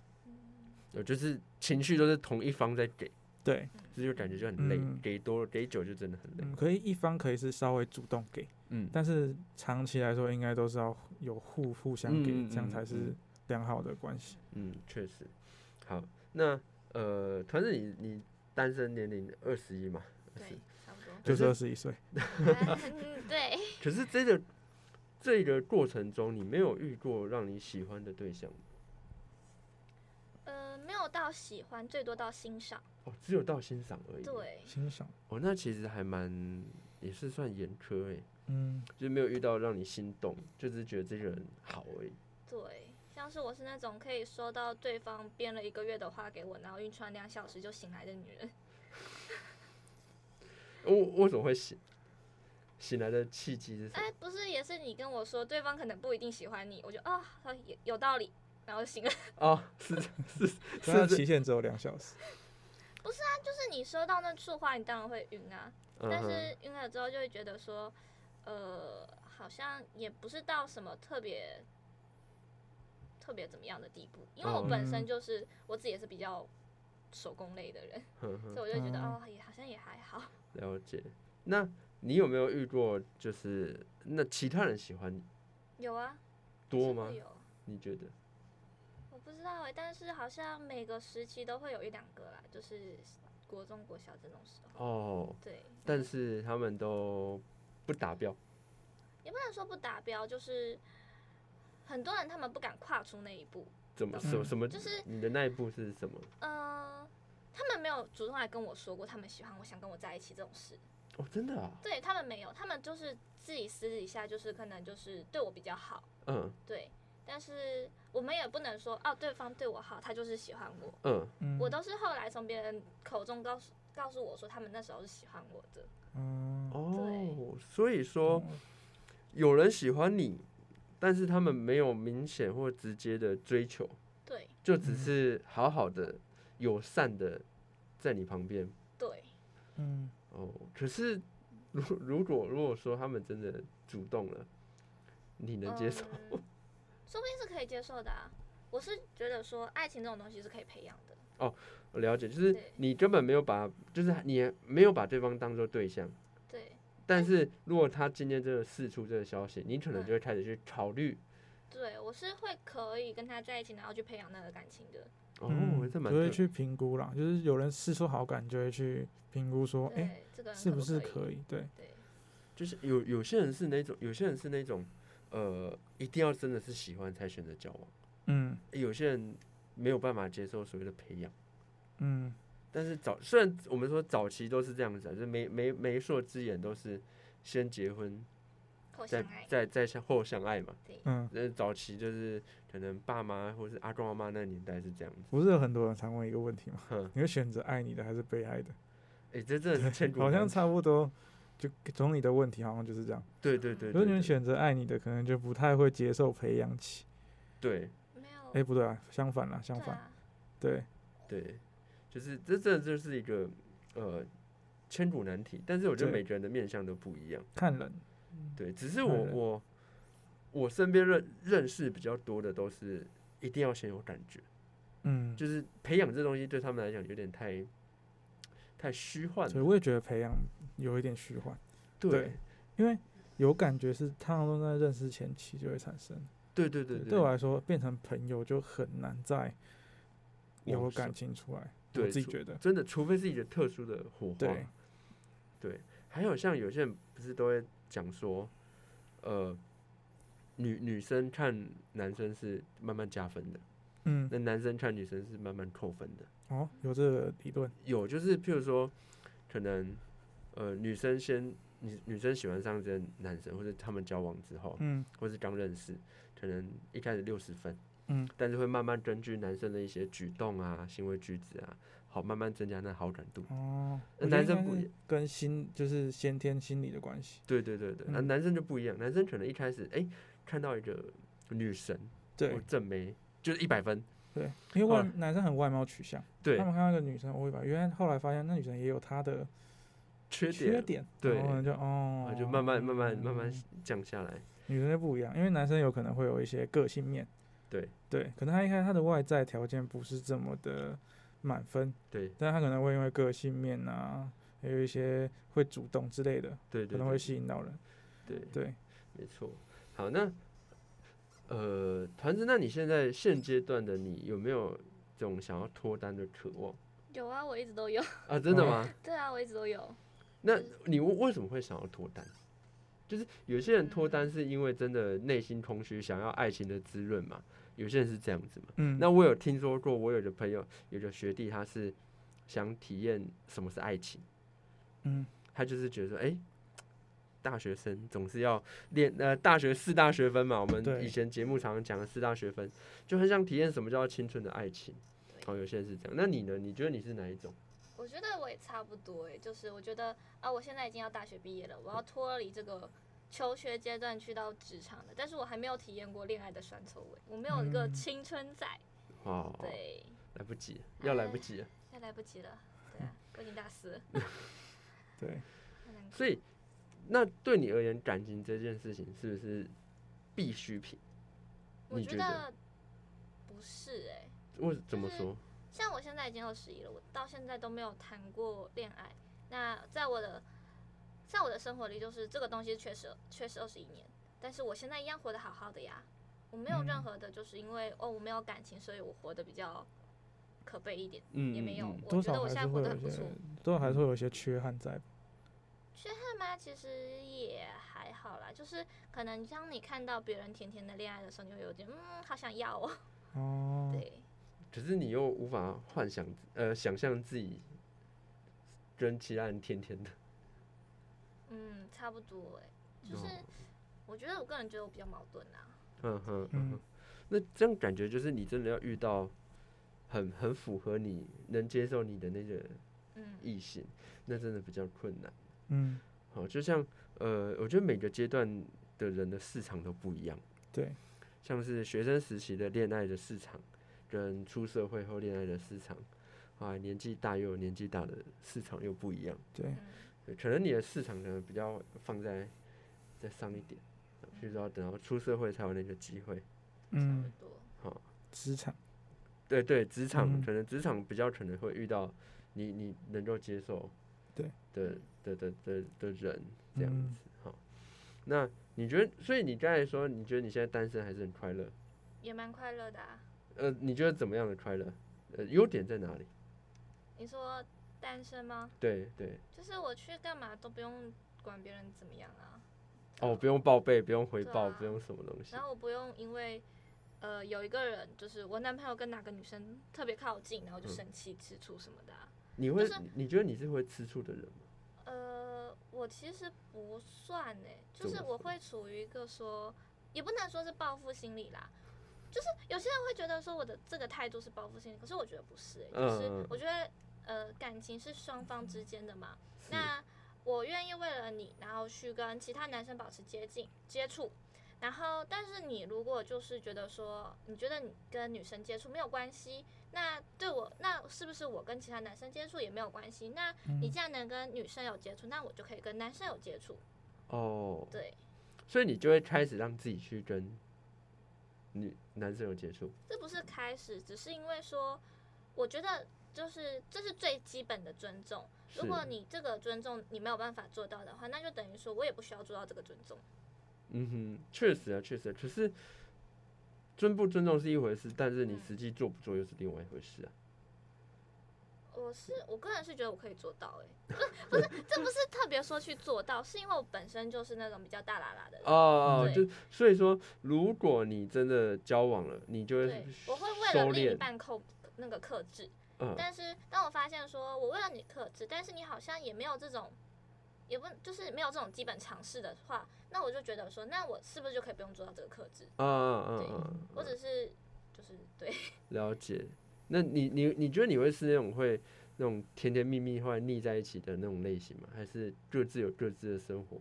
Speaker 2: 对，就是情绪都是同一方在给，
Speaker 4: 对，
Speaker 2: 这就感觉就很累
Speaker 4: 嗯，
Speaker 2: 给多了给久就真的很累
Speaker 4: 嗯，，可以一方可以是稍微主动给，
Speaker 2: 嗯，
Speaker 4: 但是长期来说应该都是要有互互相给，
Speaker 2: 嗯嗯
Speaker 4: 这
Speaker 2: 嗯
Speaker 4: 样才是
Speaker 2: 嗯
Speaker 4: 良好的关系。
Speaker 2: 嗯，确实。好，那呃，团子你你单身年龄二十一嘛，二十
Speaker 5: 对，差不多。
Speaker 2: 可
Speaker 4: 就是
Speaker 2: 是
Speaker 4: 二十一岁， *laughs*
Speaker 5: *laughs* 嗯对，
Speaker 2: 可是这个这个过程中，你没有遇过让你喜欢的对象吗
Speaker 5: 呃，没有到喜欢，最多到欣赏。
Speaker 2: 哦，只有到欣赏而已。，
Speaker 5: 对，
Speaker 4: 欣赏，
Speaker 2: 哦，那其实还蛮也是算严苛诶，
Speaker 4: 嗯，
Speaker 2: 就是没有遇到让你心动，就只是觉得这个人好而已。
Speaker 5: 对，像是我是那种可以收到对方编了一个月的话给我，然后晕船两小时就醒来的女人。
Speaker 2: 我我怎么会醒？醒来的契机是什么？
Speaker 5: 哎，不是，也是你跟我说对方可能不一定喜欢你，我就啊、好有有道理，然后醒了。 *laughs*
Speaker 2: 哦，是是
Speaker 4: 虽然
Speaker 2: 是是，
Speaker 4: 期限只有两小时，
Speaker 5: 就是你收到那束花，你当然会晕啊，但
Speaker 2: 嗯哼，
Speaker 5: 是晕了之后就会觉得说，呃，好像也不是到什么特别特别怎么样的地步，因为我
Speaker 2: 哦
Speaker 5: 本身
Speaker 4: 嗯
Speaker 5: 就是、我自己也是比较手工类的人，
Speaker 2: 哼哼
Speaker 5: 所以我就觉得、
Speaker 4: 哦
Speaker 5: 哦，也好像也还好。
Speaker 2: 了解。那你有没有遇过，就是那其他人喜欢你
Speaker 5: 有啊，
Speaker 2: 多
Speaker 5: 是
Speaker 2: 吗
Speaker 5: 会？有，
Speaker 2: 你觉得？
Speaker 5: 我不知道哎、但是好像每个时期都会有一两个啦，就是国中、国小这种时候。
Speaker 2: 哦，
Speaker 5: 对，
Speaker 2: 但是他们都不达标。
Speaker 5: 也不能说不达标，就是很多人他们不敢跨出那一步。
Speaker 2: 怎么什么
Speaker 4: 嗯
Speaker 2: 什么？
Speaker 5: 就是
Speaker 2: 你的那一步是什么？
Speaker 5: 嗯、他们没有主动来跟我说过他们喜欢我，想跟我在一起这种事。
Speaker 2: 哦，真的啊，
Speaker 5: 对他们没有，他们就是自己私底下就是可能就是对我比较好，
Speaker 2: 嗯
Speaker 5: 对。但是我们也不能说哦，对方对我好，他就是喜欢我。
Speaker 2: 嗯，
Speaker 4: 嗯，
Speaker 5: 我都是后来从别人口中告诉告诉我说，他们那时候是喜欢我的。
Speaker 4: 嗯，
Speaker 2: 哦，所以
Speaker 4: 懂
Speaker 2: 说
Speaker 4: 了
Speaker 2: 有人喜欢你，但是他们没有明显或直接的追求，
Speaker 5: 对
Speaker 2: 就只是好好的、友善的在你旁边。
Speaker 5: 对，
Speaker 4: 嗯，
Speaker 2: 哦，可是如如果如果说他们真的主动了，你能接受？
Speaker 5: 嗯说不定是可以接受的啊。我是觉得说，爱情这种东西是可以培养的。
Speaker 2: 我了解，就是
Speaker 5: 对
Speaker 2: 你根本没有把，就是你没有把对方当做对象。
Speaker 5: 对
Speaker 2: 但是如果他今天真的释出这个消息，你可能
Speaker 5: 嗯
Speaker 2: 就会开始去考虑。
Speaker 5: 对，我是会可以跟他在一起，然后去培养那个感情的。
Speaker 2: 哦，这蛮
Speaker 4: 嗯就会
Speaker 2: 特
Speaker 4: 去评估啦，就是有人试出好感，你就会去评估说，哎、
Speaker 5: 对，这个人
Speaker 4: 是不是
Speaker 5: 可以？
Speaker 4: 可以？对，
Speaker 5: 对
Speaker 2: 就是有有些人是那种，有些人是那种，呃，一定要真的是喜欢才选择交往，
Speaker 4: 嗯
Speaker 2: 有些人没有办法接受所谓的培养。
Speaker 4: 嗯，
Speaker 2: 但是早虽然我们说早期都是这样子、啊，就是媒媒媒妁之言都是先结婚，
Speaker 5: 后相
Speaker 2: 再
Speaker 5: 爱。
Speaker 2: 再再相后相爱嘛。
Speaker 4: 嗯，
Speaker 2: 那呃早期就是可能爸妈或是阿公阿妈那年代是这样子。
Speaker 4: 不是有很多人常问一个问题吗
Speaker 2: 哼？
Speaker 4: 你会选择爱你的还是被爱的？
Speaker 2: 哎、这真的是
Speaker 4: *laughs*
Speaker 2: 千古
Speaker 4: 好像
Speaker 2: 难题
Speaker 4: 差不多，就从你的问题好像就是这样。
Speaker 2: 对对对
Speaker 4: 如果
Speaker 2: 对
Speaker 4: 你
Speaker 2: 对
Speaker 4: 们选择爱你的，可能就不太会接受培养起。
Speaker 2: 对
Speaker 5: 没有。
Speaker 4: 哎、不对啊，相反啦，相
Speaker 5: 哦对
Speaker 4: 反，
Speaker 5: 啊，
Speaker 4: 对，
Speaker 2: 对，就是这这就是一个呃千古难题，但是我觉得
Speaker 4: 对
Speaker 2: 每个人的面向都不一样。
Speaker 4: 看人，
Speaker 2: 对，只是
Speaker 4: 看
Speaker 2: 我
Speaker 4: 人
Speaker 2: 我我身边认认识比较多的都是一定要先有感觉，
Speaker 4: 嗯，
Speaker 2: 就是培养这东西对他们来讲有点太太虚幻
Speaker 4: 所以
Speaker 2: 了。
Speaker 4: 我也觉得培养有一点虚幻，
Speaker 2: 对
Speaker 4: 因为有感觉是他们都在认识前期就会产生。
Speaker 2: 对对对
Speaker 4: 对我来说，变成朋友就很难再有
Speaker 2: 往
Speaker 4: 感
Speaker 2: 上
Speaker 4: 情出来。我
Speaker 2: 对
Speaker 4: 自己
Speaker 2: 出
Speaker 4: 觉得，
Speaker 2: 真的，除非是一个特殊的火花
Speaker 4: 对。
Speaker 2: 对，还有像有些人不是都会讲说，呃，女女生看男生是慢慢加分的，
Speaker 4: 嗯，
Speaker 2: 那男生看女生是慢慢扣分的。
Speaker 4: 哦，有这个理论，
Speaker 2: 有就是譬如说，可能呃女生先女女生喜欢上这个男生，或者他们交往之后，
Speaker 4: 嗯
Speaker 2: 或是刚认识，可能一开始六十分，
Speaker 4: 嗯，
Speaker 2: 但是会慢慢根据男生的一些举动啊、行为举止啊，好慢慢增加那好感度。
Speaker 4: 哦，
Speaker 2: 那
Speaker 4: 我觉得
Speaker 2: 男生
Speaker 4: 应该
Speaker 2: 不
Speaker 4: 是跟心就是先天心理的关系，
Speaker 2: 对对对对，那、
Speaker 4: 嗯
Speaker 2: 男生就不一样，男生可能一开始哎、看到一个女神
Speaker 4: 对
Speaker 2: 或正妹就是一百分，
Speaker 4: 对，因为
Speaker 2: 后
Speaker 4: 外
Speaker 2: 来
Speaker 4: 男生很外貌取向，
Speaker 2: 啊对
Speaker 4: 他们看到一个女生，我一把，原来后来发现那女生也有她的
Speaker 2: 缺点，
Speaker 4: 缺点，
Speaker 2: 对
Speaker 4: 然后呢就
Speaker 2: 啊，
Speaker 4: 哦
Speaker 2: 就慢慢慢慢慢慢
Speaker 4: 嗯
Speaker 2: 降下来。
Speaker 4: 女生就不一样，因为男生有可能会有一些个性面，
Speaker 2: 对
Speaker 4: 对，可能他一开始他的外在条件不是这么的满分，
Speaker 2: 对
Speaker 4: 但他可能会因为个性面啊，还有一些会主动之类的，
Speaker 2: 对
Speaker 4: 可
Speaker 2: 对
Speaker 4: 能会
Speaker 2: 对
Speaker 4: 吸引到人。
Speaker 2: 对，
Speaker 4: 对，
Speaker 2: 没错。好，那呃，团子，那你现在现阶段的你有没有这种想要脱单的渴望
Speaker 5: 有啊，我一直都有。 *laughs*
Speaker 2: 啊？真的
Speaker 4: 哦
Speaker 2: 吗？
Speaker 5: 对啊，我一直都有。
Speaker 2: 那你为为什么会想要脱单？就是有些人脱单是因为真的内心空虚，想要爱情的滋润嘛。有些人是这样子嘛。
Speaker 4: 嗯，
Speaker 2: 那我有听说过，我有的朋友，有的学弟，他是想体验什么是爱情。
Speaker 4: 嗯，
Speaker 2: 他就是觉得说，哎、大学生总是要练呃，大学四大学分嘛，我们
Speaker 4: 对
Speaker 2: 以前节目常常讲的四大学分，就很想体验什么叫青春的爱情。哦，有些人是这样，那你呢？你觉得你是哪一种？
Speaker 5: 我觉得我也差不多诶，就是我觉得啊，我现在已经要大学毕业了，我要脱离这个求学阶段去到职场了，但是我还没有体验过恋爱的酸臭味，我没有一个
Speaker 4: 嗯
Speaker 5: 青春在，
Speaker 2: 哦，
Speaker 5: 对，嗯
Speaker 2: 来不及，要来不及了。
Speaker 5: 现在来不及了，对啊，我已经大四了，
Speaker 4: 对，
Speaker 5: 很难过
Speaker 2: 所以，那对你而言，感情这件事情是不是必需品？*laughs*
Speaker 5: 我
Speaker 2: 你
Speaker 5: 觉
Speaker 2: 觉得
Speaker 5: 得不是诶，
Speaker 2: 为怎么
Speaker 5: 就是
Speaker 2: 说？
Speaker 5: 像我现在已经二十一了，我到现在都没有谈过恋爱。那在我的在我的生活里，就是这个东西确实确实二十一年，但是我现在一样活得好好的呀。我没有任
Speaker 4: 嗯
Speaker 5: 何的，就是因为、哦我没有感情，所以我活得比较可悲一点，
Speaker 2: 嗯，
Speaker 5: 也没有。
Speaker 2: 嗯嗯
Speaker 5: 我
Speaker 4: 多
Speaker 5: 觉得
Speaker 4: 少
Speaker 5: 我
Speaker 4: 还
Speaker 5: 现在
Speaker 4: 是
Speaker 5: 活
Speaker 4: 会
Speaker 5: 得
Speaker 4: 有
Speaker 5: 很
Speaker 4: 一
Speaker 5: 不
Speaker 4: 些
Speaker 5: 错。，
Speaker 4: 多少还是会有一些缺憾在吧。
Speaker 5: 那吗？其实也还好啦，就是可能当你看到别人甜甜的恋爱的时候，你会有点嗯，好想要哦。
Speaker 4: 哦，
Speaker 5: *laughs* 对，
Speaker 2: 可是你又无法幻想，呃，想象自己跟其他人甜甜的。 *laughs*
Speaker 5: 嗯，差不多哎、就是
Speaker 2: 哦
Speaker 5: 我觉得我个人觉得我比较矛盾啊。
Speaker 2: 嗯哼，嗯哼
Speaker 4: 嗯，
Speaker 2: 那这样感觉就是你真的要遇到很很符合你能接受你的那个
Speaker 5: 嗯，
Speaker 2: 异性，那真的比较困难。
Speaker 4: 嗯，
Speaker 2: 好，就像呃，我觉得每个阶段的人的市场都不一样，
Speaker 4: 对，
Speaker 2: 像是学生时期的恋爱的市场，跟出社会后恋爱的市场，啊，年纪大又有年纪大的市场又不一样。
Speaker 4: 对，
Speaker 5: 嗯
Speaker 2: 对可能你的市场可能比较放在在上一点，比如说等到出社会才有那个机会。
Speaker 5: 差不
Speaker 4: 嗯，
Speaker 5: 多。
Speaker 2: 好，
Speaker 4: 职场，
Speaker 2: 对对，职场
Speaker 4: 嗯
Speaker 2: 可能职场比较可能会遇到你你能够接受
Speaker 4: 对
Speaker 2: 的的的的的人这样
Speaker 4: 嗯
Speaker 2: 子。好，那你觉得？所以你刚才说，你觉得你现在单身还是很快乐？
Speaker 5: 也蛮快乐的啊。
Speaker 2: 呃，你觉得怎么样的快乐？呃，优点在哪里？
Speaker 5: 你说单身吗？
Speaker 2: 对对，
Speaker 5: 就是我去干嘛都不用管别人怎么样啊，
Speaker 2: 哦，不用报备，不用回
Speaker 5: 对
Speaker 2: 报，
Speaker 5: 啊
Speaker 2: 不用什么东西
Speaker 5: 然。后我不用因为呃有一个人就是我男朋友跟哪个女生特别靠近，然后就
Speaker 2: 嗯
Speaker 5: 生气吃醋什么的啊、
Speaker 2: 你会
Speaker 5: 是，
Speaker 2: 你觉得你是会吃醋的人吗？
Speaker 5: 呃，我其实不算哎、就
Speaker 2: 怎
Speaker 5: 是
Speaker 2: 么说
Speaker 5: 我会处于一个说，也不能说是报复心理啦。就是有些人会觉得说我的这个态度是报复心理，可是我觉得不是、欸，就是
Speaker 2: 嗯
Speaker 5: 我觉得呃感情是双方之间的嘛，
Speaker 2: 是
Speaker 5: 那我愿意为了你，然后去跟其他男生保持接近接触。然后，但是你如果就是觉得说，你觉得你跟女生接触没有关系，那对我，那是不是我跟其他男生接触也没有关系？那你
Speaker 4: 嗯
Speaker 5: 既然能跟女生有接触，那我就可以跟男生有接触。
Speaker 2: 哦，
Speaker 5: 对，
Speaker 2: 所以你就会开始让自己去跟女男生有接触。
Speaker 5: 这不是开始，只是因为说，我觉得就是这是最基本的尊重。如
Speaker 2: 是
Speaker 5: 果你这个尊重你没有办法做到的话，那就等于说我也不需要做到这个尊重。
Speaker 2: 嗯哼，确实啊，确实啊、可是尊不尊重是一回事，但是你
Speaker 5: 嗯
Speaker 2: 实际做不做又是另外一回事啊。
Speaker 5: 我是我个人是觉得我可以做到、欸， *laughs* 哎，不是不是，这不是特别说去做到，是因为我本身就是那种比较大啦啦的人，
Speaker 2: 哦，
Speaker 5: 嗯
Speaker 2: 就所以说，如果你真的交往了，你就会
Speaker 5: 对，我会为
Speaker 2: 收
Speaker 5: 了另一
Speaker 2: 敛，
Speaker 5: 半控那个克制，
Speaker 2: 嗯，
Speaker 5: 但是当我发现说我为了你克制，但是你好像也没有这种，也不就是没有这种基本常识的
Speaker 2: 嗯
Speaker 5: 话，那我就觉得说，那我是不是就可以不用做到这个克制？
Speaker 2: 啊啊啊
Speaker 5: 对
Speaker 2: 啊，
Speaker 5: 我只是就是对，
Speaker 2: 了解。那你你你觉得你会是那种会那种甜甜蜜蜜后来腻在一起的那种类型吗？还是各自有各自的生活？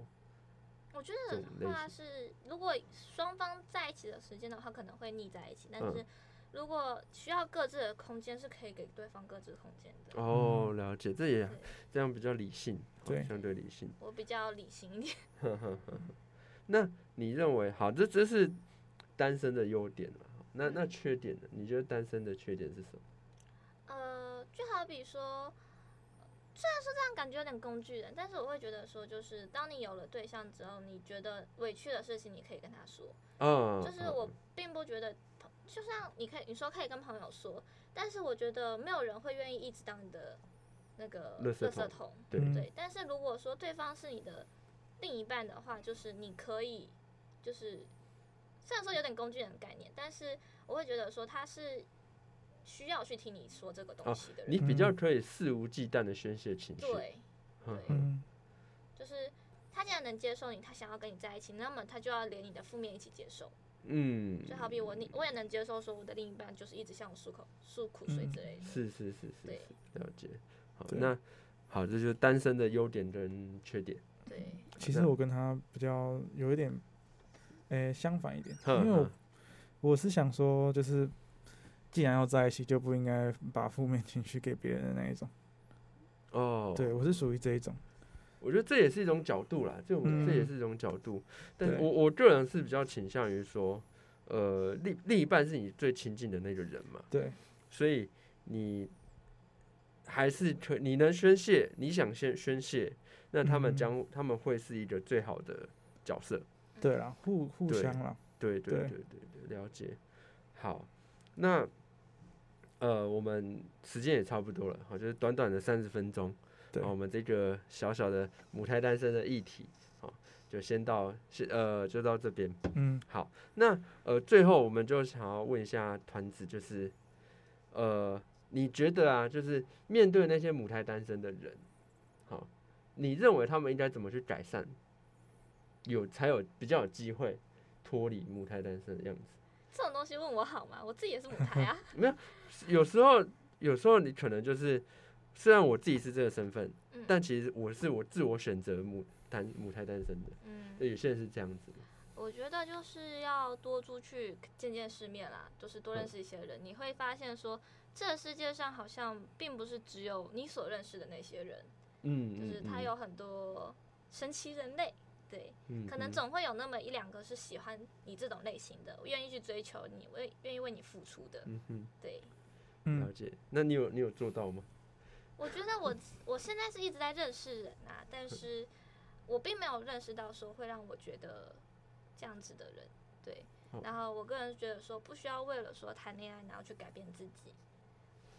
Speaker 5: 我觉
Speaker 2: 这
Speaker 5: 得
Speaker 2: 种
Speaker 5: 的
Speaker 2: 类
Speaker 5: 话是，如果双方在一起的时间的话，可能会腻在一起，但
Speaker 2: 嗯
Speaker 5: 是如果需要各自的空间，是可以给对方各自空间的。
Speaker 2: 哦，了解，这也
Speaker 5: 对
Speaker 2: 这样比较理性，好
Speaker 4: 嗯对
Speaker 2: 相对理
Speaker 4: *laughs*
Speaker 2: 性。
Speaker 5: 我比较理性一点， *laughs*
Speaker 2: 那你认为好，这这是单身的优点嘛？那那缺点呢？你觉得单身的缺点是什么？
Speaker 5: 呃，就好比说，虽然说这样感觉有点工具人，但是我会觉得说，就是当你有了对象之后，你觉得委屈的事情，你可以跟他说。
Speaker 2: 嗯，
Speaker 5: 就是我并不觉得朋，就像你可以你说可以跟朋友说，但是我觉得没有人会愿意一直当你的那个
Speaker 2: 垃圾
Speaker 5: 垃
Speaker 2: 桶
Speaker 5: 圾桶。
Speaker 2: 对
Speaker 4: 嗯
Speaker 5: 对，但是如果说对方是你的另一半的话，就是你可以，就是虽然说有点工具人的概念，但是我会觉得说他是需要去听你说这个东
Speaker 2: 哦
Speaker 5: 西的
Speaker 2: 你
Speaker 5: 人。
Speaker 2: 比较
Speaker 4: 嗯
Speaker 2: 可以肆无忌惮的宣泄情绪。
Speaker 5: 对，
Speaker 2: 嗯
Speaker 5: 对
Speaker 4: 嗯，
Speaker 5: 就是他既然能接受你，他想要跟你在一起，那么他就要连你的负面一起接受。
Speaker 2: 嗯，
Speaker 5: 就好比我，你我也能接受说我的另一半就是一直向我诉口诉苦水之类的。
Speaker 2: 嗯是是是是
Speaker 5: 对
Speaker 2: 是，了解。好，
Speaker 4: 对
Speaker 2: 那好，这就是单身的优点跟缺点。
Speaker 5: 对，
Speaker 4: 其实我跟他比较有一点，诶、相反一点，
Speaker 2: 哼
Speaker 4: 因为我
Speaker 2: 哼
Speaker 4: 我是想说，就是既然要在一起，就不应该把负面情绪给别人的那一种。
Speaker 2: 哦，
Speaker 4: 对，我是属于这一种。
Speaker 2: 我觉得这也是一种角度啦，这种、
Speaker 4: 嗯
Speaker 2: 这也是一种角度。但
Speaker 4: 对
Speaker 2: 我我个人是比较倾向于说，呃，另另一半是你最亲近的那个人嘛，
Speaker 4: 对，
Speaker 2: 所以你还是可你能宣泄，你想宣宣泄，那他们
Speaker 4: 嗯
Speaker 2: 将、他们会是一个最好的角色。
Speaker 4: 对啦，互互
Speaker 2: 对
Speaker 4: 相啦，
Speaker 2: 对对对
Speaker 4: 对
Speaker 2: 对对，了解。好，那呃，我们时间也差不多了，好，就是短短的三十分钟，
Speaker 4: 对
Speaker 2: 哦好，我们这个小小的母胎单身的议题，好，就先到先呃，就到这边。
Speaker 4: 嗯，
Speaker 2: 好，那呃，最后我们就想要问一下团子，就是呃，你觉得啊，就是面对那些母胎单身的人，好，你认为他们应该怎么去改善，有才有比较有机会脱离母胎单身的样子？
Speaker 5: 这种东西问我好吗？我自己也是母
Speaker 2: *laughs*
Speaker 5: 胎啊。
Speaker 2: 有时候，有时候你可能就是，虽然我自己是这个身份，
Speaker 5: 嗯
Speaker 2: 但其实我是我自我选择母单母胎单身的，
Speaker 5: 嗯，
Speaker 2: 有些人是这样子的。
Speaker 5: 我觉得就是要多出去见见世面啦，就是多
Speaker 2: 嗯
Speaker 5: 认识一些人，你会发现说，这世界上好像并不是只有你所认识的那些人，
Speaker 2: 嗯，
Speaker 5: 就
Speaker 2: 嗯
Speaker 5: 是他有，很多神奇人类。对，
Speaker 2: 嗯
Speaker 5: 可能
Speaker 2: 嗯
Speaker 5: 总会有那么一两个是喜欢你这种类型的，愿意去追求你，为愿意为你付出的。
Speaker 2: 嗯哼，
Speaker 5: 对，
Speaker 4: 嗯
Speaker 2: 了，解。那你有你有做到吗？
Speaker 5: 我觉得我我现在是一直在认识人啊，但是我并没有认识到说会让我觉得这样子的人，对
Speaker 2: 哦。
Speaker 5: 然后我个人觉得说不需要为了说谈恋爱然后去改变自己，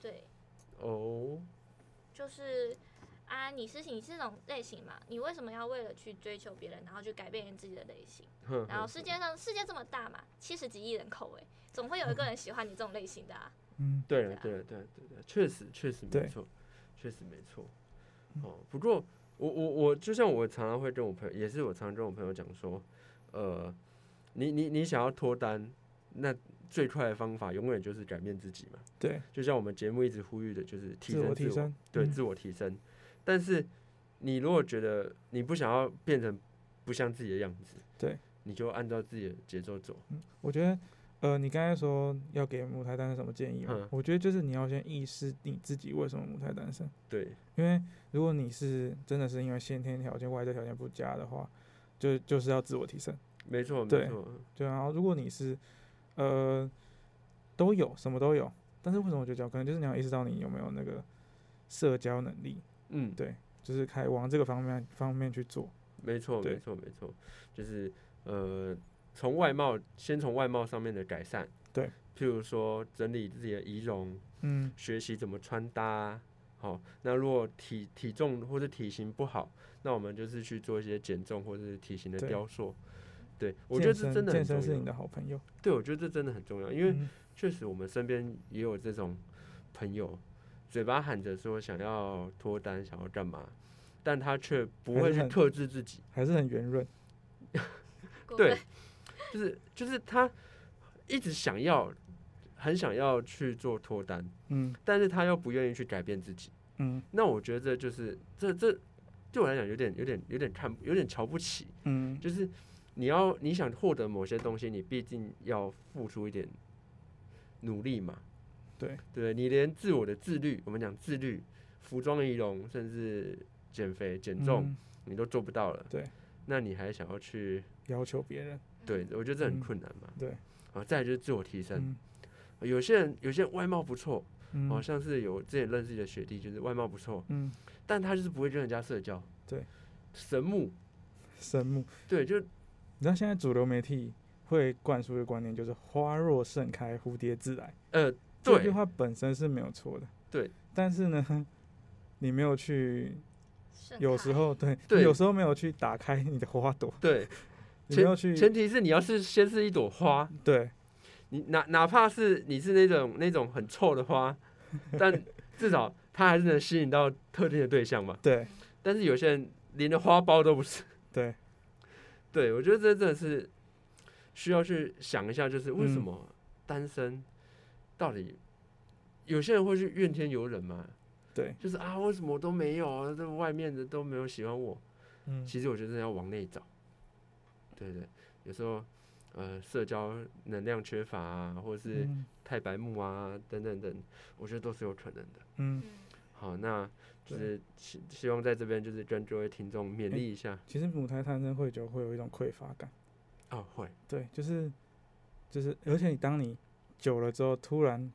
Speaker 5: 对，
Speaker 2: 哦，
Speaker 5: 就是啊，你是你是这种类型嘛，你为什么要为了去追求别人然后去改变你自己的类型？
Speaker 2: 哼
Speaker 5: 然
Speaker 2: 哼
Speaker 5: 后世界上世界这么大嘛，七十几亿人口诶，总会有一个人喜欢你这种类型
Speaker 4: *laughs*
Speaker 5: 的啊。
Speaker 4: 嗯，
Speaker 2: 对
Speaker 5: 对
Speaker 2: 了，
Speaker 5: 啊
Speaker 2: 对了，对了，对了，确实，确实没
Speaker 4: 对
Speaker 2: 错，确实没错。哦，不过我我我就像我常常会跟我朋友，也是我常常跟我朋友讲说，呃，你你你想要脱单，那最快的方法永远就是改变自己嘛。
Speaker 4: 对，
Speaker 2: 就像我们节目一直呼吁的，就是提
Speaker 4: 自
Speaker 2: 升
Speaker 4: 我
Speaker 2: 自
Speaker 4: 提
Speaker 2: 我，
Speaker 4: 升，
Speaker 2: 对，
Speaker 4: 嗯
Speaker 2: 自我提升。但是你如果觉得你不想要变成不像自己的样子，
Speaker 4: 对，
Speaker 2: 你就按照自己的节奏走。
Speaker 4: 嗯我觉得，呃，你刚才说要给母胎单身什么建议嘛？
Speaker 2: 嗯
Speaker 4: 我觉得就是你要先意识你自己为什么母胎单身，
Speaker 2: 对，
Speaker 4: 因为如果你是真的是因为先天条件、外在条件不佳的话，就就是要自我提升。
Speaker 2: 没错，没
Speaker 4: 对
Speaker 2: 错。
Speaker 4: 对，啊然后如果你是，呃，都有什么都有，但是为什么我觉得这样可能就是你要意识到你有没有那个社交能力，
Speaker 2: 嗯，
Speaker 4: 对，就是开往这个方面方面去做。
Speaker 2: 没错，没
Speaker 4: 对
Speaker 2: 错，没错，就是呃，从外貌先从外貌上面的改善，
Speaker 4: 对，
Speaker 2: 譬如说整理自己的仪容，
Speaker 4: 嗯，
Speaker 2: 学习怎么穿搭。好，那如果体体重或者体型不好，那我们就是去做一些减重或者是体型的
Speaker 4: 对
Speaker 2: 雕塑。对，我觉得这
Speaker 4: 健身
Speaker 2: 真的很
Speaker 4: 健身是
Speaker 2: 重要。
Speaker 4: 你的好朋友，
Speaker 2: 对，我觉得这真的很重要，因为
Speaker 4: 嗯
Speaker 2: 确实我们身边也有这种朋友，嘴巴喊着说想要脱单，想要干嘛，但他却不
Speaker 4: 还
Speaker 2: 会
Speaker 4: 是
Speaker 2: 去
Speaker 4: 很
Speaker 2: 克制自己。
Speaker 4: 还是很圆润。
Speaker 5: 果
Speaker 2: 对
Speaker 5: 然，
Speaker 2: 就是就是他一直想要，很想要去做脱单，
Speaker 4: 嗯
Speaker 2: 但是他又不愿意去改变自己。
Speaker 4: 嗯
Speaker 2: 那我觉得这就是这这对我来讲有点有点有点看有点瞧不起，
Speaker 4: 嗯
Speaker 2: 就是你要你想获得某些东西，你毕竟要付出一点努力嘛。
Speaker 4: 对
Speaker 2: 对，你连自我的自律，我们讲自律、服装仪容，甚至减肥减重，
Speaker 4: 嗯
Speaker 2: 你都做不到了。
Speaker 4: 对，
Speaker 2: 那你还想要去？
Speaker 4: 要求别人，
Speaker 2: 对，
Speaker 5: *laughs*
Speaker 2: 我觉得这很
Speaker 4: 嗯
Speaker 2: 困难嘛。
Speaker 4: 对，
Speaker 2: 啊，再来就是自我提升。
Speaker 4: 嗯
Speaker 2: 有些人有些人外貌不错，
Speaker 4: 嗯
Speaker 2: 好、像是有之前认识的学弟，就是外貌不错，
Speaker 4: 嗯
Speaker 2: 但他就是不会跟人家社交。
Speaker 4: 对，
Speaker 2: 神木，
Speaker 4: 神木。
Speaker 2: 对，就
Speaker 4: 你知道现在主流媒体会灌输的观念就是“花若盛开，蝴蝶自来”。
Speaker 2: 呃，
Speaker 4: 这句
Speaker 2: 对
Speaker 4: 话本身是没有错的。
Speaker 2: 对。
Speaker 4: 但是呢，你没有去，
Speaker 5: 盛
Speaker 4: 有
Speaker 5: 开
Speaker 4: 时候对，
Speaker 2: 对
Speaker 4: 你有时候没有去打开你的花朵，
Speaker 2: *laughs* 对，
Speaker 4: 你没有
Speaker 2: 前
Speaker 4: 去
Speaker 2: 前提是你要是先是一朵花，
Speaker 4: 对
Speaker 2: 你哪哪怕是你是那种那种很臭的花，但至少它还是能吸引到特定的对象嘛。
Speaker 4: 对
Speaker 2: 但是有些人连个花苞都不是。
Speaker 4: 对，
Speaker 2: 对，我觉得这真的是需要去想一下，就是为
Speaker 4: 嗯
Speaker 2: 什么单身到底有些人会去怨天尤人嘛？
Speaker 4: 对，
Speaker 2: 就是啊，为什么我都没有，啊这外面的都没有喜欢我。
Speaker 4: 嗯
Speaker 2: 其实我觉得真的要往内找，对对，有时候呃，社交能量缺乏啊，或者是
Speaker 4: 嗯
Speaker 2: 太白目啊，等等等，我觉得都是有可能的。
Speaker 4: 嗯，
Speaker 5: 嗯
Speaker 2: 好，那就
Speaker 4: 对
Speaker 2: 是希希望在这边就是跟各位听众勉励一下、
Speaker 4: 其实母胎单身会久会有一种匮乏感，
Speaker 2: 哦，会，
Speaker 4: 对，就是就是，而且你当你久了之后突然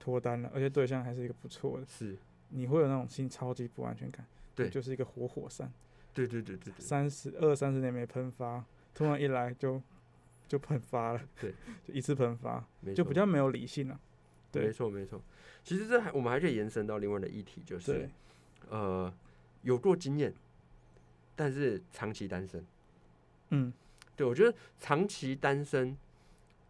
Speaker 4: 脱单了，而且对象还是一个不错的，
Speaker 2: 是，
Speaker 4: 你会有那种心超级不安全感，
Speaker 2: 对
Speaker 4: 就是一个活火山。
Speaker 2: 对对对对对，
Speaker 4: 三十二三十年没喷发，突然一来就就喷发了，
Speaker 2: 对，
Speaker 4: 就一次喷发，
Speaker 2: 没
Speaker 4: 就
Speaker 2: 错
Speaker 4: 比较没有理性了、对
Speaker 2: 没错没错。其实这还我们还可以延伸到另外的议题，就是
Speaker 4: 对，
Speaker 2: 呃，有过经验，但是长期单身。
Speaker 4: 嗯，
Speaker 2: 对，我觉得长期单身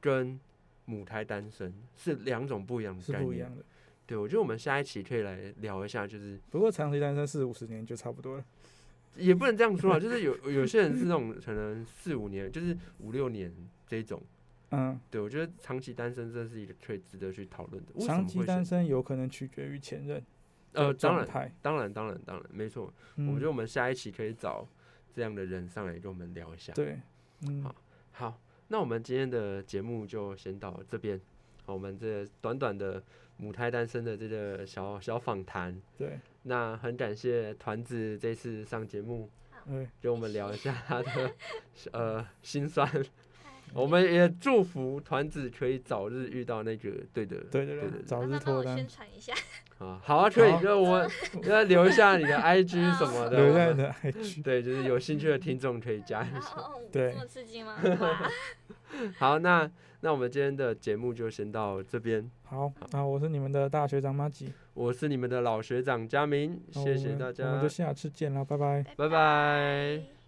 Speaker 2: 跟母胎单身是两种不一样的
Speaker 4: 是
Speaker 2: 概
Speaker 4: 不一
Speaker 2: 念
Speaker 4: 样。的。
Speaker 2: 对，我觉得我们下一期可以来聊一下，就是
Speaker 4: 不过长期单身四五十年就差不多了。
Speaker 2: 也不能这样说啊，就是有有些人是那
Speaker 4: *laughs*
Speaker 2: 种可能四五年，就是五六年这种。
Speaker 4: 嗯，
Speaker 2: 对，我觉得长期单身这是一个可以值得去讨论的。为什
Speaker 4: 长
Speaker 2: 么
Speaker 4: 期
Speaker 2: 会选
Speaker 4: 单身有可能取决于前任
Speaker 2: 呃，
Speaker 4: 的状
Speaker 2: 当然，
Speaker 4: 态。
Speaker 2: 当然，当然，当然，没错。我
Speaker 4: 嗯
Speaker 2: 觉得我们下一期可以找这样的人上来跟我们聊一下。
Speaker 4: 对，嗯
Speaker 2: 好，好，那我们今天的节目就先到这边。好，我们这短短的母胎单身的这个小小访谈，
Speaker 4: 对，
Speaker 2: 那很感谢团子这次上节目，
Speaker 4: 对，
Speaker 2: 跟我们聊一下他的 *laughs* 呃心酸。
Speaker 5: 嗨
Speaker 2: *laughs* 我们也祝福团子可以早日遇到那个对的。
Speaker 4: 对对
Speaker 2: 对
Speaker 4: 对，
Speaker 2: 对
Speaker 4: 早
Speaker 5: 麻
Speaker 4: 日
Speaker 5: 烦帮
Speaker 4: 脱
Speaker 5: 我
Speaker 4: 单
Speaker 5: 宣，传一下，
Speaker 2: 啊，好啊，可以
Speaker 4: 好，
Speaker 2: 就我要留下你的 IG 什么的，
Speaker 4: 留
Speaker 2: 我
Speaker 4: 下
Speaker 2: 们
Speaker 4: 你的 IG。
Speaker 2: 对，就是有兴趣的听众可以加
Speaker 4: *laughs*
Speaker 2: 一
Speaker 5: 然
Speaker 2: 下。
Speaker 5: 后哦
Speaker 4: 对
Speaker 5: 这么刺激吗？
Speaker 4: *laughs*
Speaker 5: 哇
Speaker 2: *laughs* 好，那那我们今天的节目就先到这边。
Speaker 4: 好，那我是你们的大学长马吉，
Speaker 2: 我是你们的老学长佳明，
Speaker 4: 那
Speaker 2: 谢
Speaker 4: 我
Speaker 2: 谢
Speaker 4: 们
Speaker 2: 大
Speaker 4: 我们
Speaker 2: 家，
Speaker 4: 就下次见啦，拜拜。
Speaker 2: 拜拜。
Speaker 5: 拜